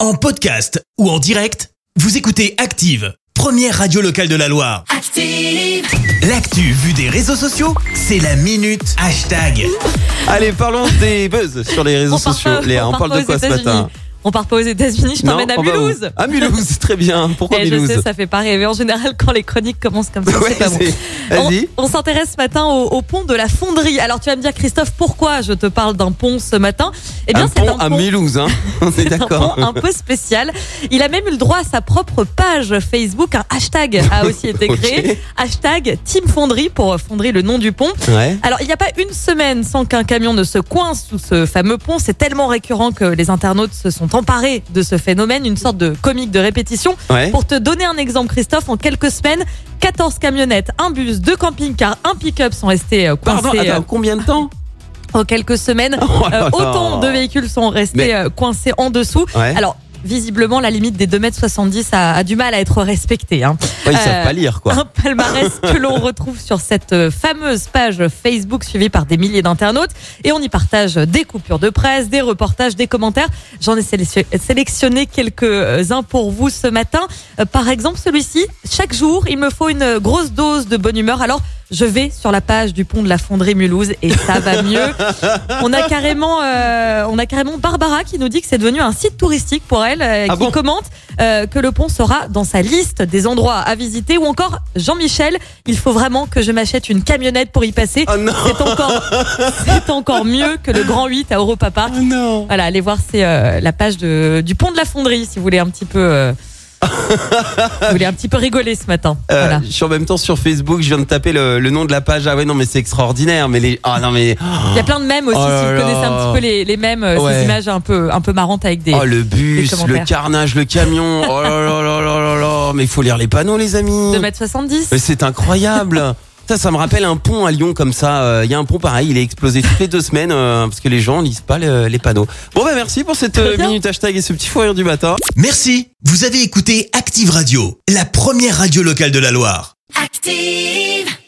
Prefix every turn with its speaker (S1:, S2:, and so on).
S1: En podcast ou en direct, vous écoutez Active, première radio locale de la Loire.
S2: Active.
S1: L'actu vue des réseaux sociaux, c'est la minute hashtag.
S3: Allez, parlons des buzz sur les réseaux
S4: On part
S3: sociaux.
S4: pas-
S3: Léa, on,
S4: part
S3: parle
S4: pas
S3: de
S4: aux
S3: quoi ce
S4: États-Unis.
S3: matin
S4: On part pas aux États-Unis, je
S3: Non,
S4: t'emmène à
S3: on va où
S4: Mulhouse.
S3: À Mulhouse, très bien. Pourquoi
S4: Eh, je
S3: Mulhouse
S4: sais, ça fait pas rêver. En général, quand les chroniques commencent comme ça,
S3: Ouais,
S4: c'est pas bon.
S3: c'est-
S4: On-
S3: Vas-y.
S4: On, s'intéresse ce matin au, au pont de la Fonderie. Alors tu vas me dire, Christophe, pourquoi je te parle d'un pont ce matin Eh
S3: un
S4: bien, c'est
S3: pont à Mulhouse, hein. on est,
S4: c'est un
S3: d'accord.
S4: pont un peu spécial. Il a même eu le droit à sa propre page Facebook. Un hashtag a aussi été créé.
S3: Ok.
S4: Hashtag Team Fonderie pour Fonderie, le nom du pont.
S3: Ouais.
S4: Alors, il n'y a pas une semaine sans qu'un camion ne se coince sous ce fameux pont. C'est tellement récurrent que les internautes se sont emparés de ce phénomène, une sorte de comique de répétition.
S3: Ouais.
S4: Pour te donner un exemple, Christophe, en quelques semaines, 14 camionnettes, un bus, deux camping-cars, un pick-up sont restés euh, coincés.
S3: Pardon,
S4: euh,
S3: attends, combien de temps
S4: En quelques semaines,
S3: Oh là
S4: Euh,
S3: là.
S4: autant de véhicules sont restés
S3: Mais-
S4: euh, coincés en dessous.
S3: Ouais.
S4: Alors, visiblement, la limite des 2m70 a, a du mal à être respectée. hein.
S3: Ouais, ils savent
S4: euh,
S3: pas lire, quoi.
S4: Un palmarès que l'on retrouve sur cette euh, fameuse page Facebook suivie par des milliers d'internautes. Et on y partage des coupures de presse, des reportages, des commentaires. J'en ai sélection- sélectionné quelques-uns pour vous ce matin. Euh, Par exemple, celui-ci. Chaque jour, il me faut une grosse dose de bonne humeur. Alors, je vais sur la page du pont de la Fonderie Mulhouse et ça va mieux. On a carrément, euh, on a carrément Barbara qui nous dit que c'est devenu un site touristique pour elle, euh,
S3: Ah
S4: qui
S3: bon
S4: commente euh, que le pont sera dans sa liste des endroits à visiter. Ou encore Jean-Michel, il faut vraiment que je m'achète une camionnette pour y passer.
S3: Oh non,
S4: C'est encore, c'est encore mieux que le Grand 8 à Europa Park.
S3: oh non.
S4: Voilà, allez voir, c'est euh, la page de, du pont de la Fonderie si vous voulez un petit peu, euh, vous voulez un petit peu rigoler ce matin.
S3: Euh,
S4: Voilà.
S3: Je suis en même temps sur Facebook, je viens de taper le, le nom de la page. Ah ouais, non, mais c'est extraordinaire. Mais les. Ah non, mais.
S4: Il y a plein de mèmes aussi,
S3: Oh
S4: si
S3: là
S4: vous connaissez
S3: là.
S4: un petit peu les, les mèmes, euh,
S3: Ouais.
S4: ces images un peu, un peu marrantes avec des...
S3: Oh le
S4: les
S3: bus, le
S4: commentaires.
S3: carnage, le camion. Oh là là là là là là. Mais il faut lire les panneaux, les amis.
S4: 2m70
S3: Mais c'est incroyable. Ça, ça me rappelle un pont à Lyon comme ça. Euh, Il y a un pont pareil, il est explosé toutes les deux semaines euh, parce que les gens lisent pas le- les panneaux. Bon bah merci pour cette euh,
S4: Très bien.
S3: minute hashtag et ce petit fou rire du matin.
S1: Merci, vous avez écouté Active Radio, la première radio locale de la Loire.
S2: Active.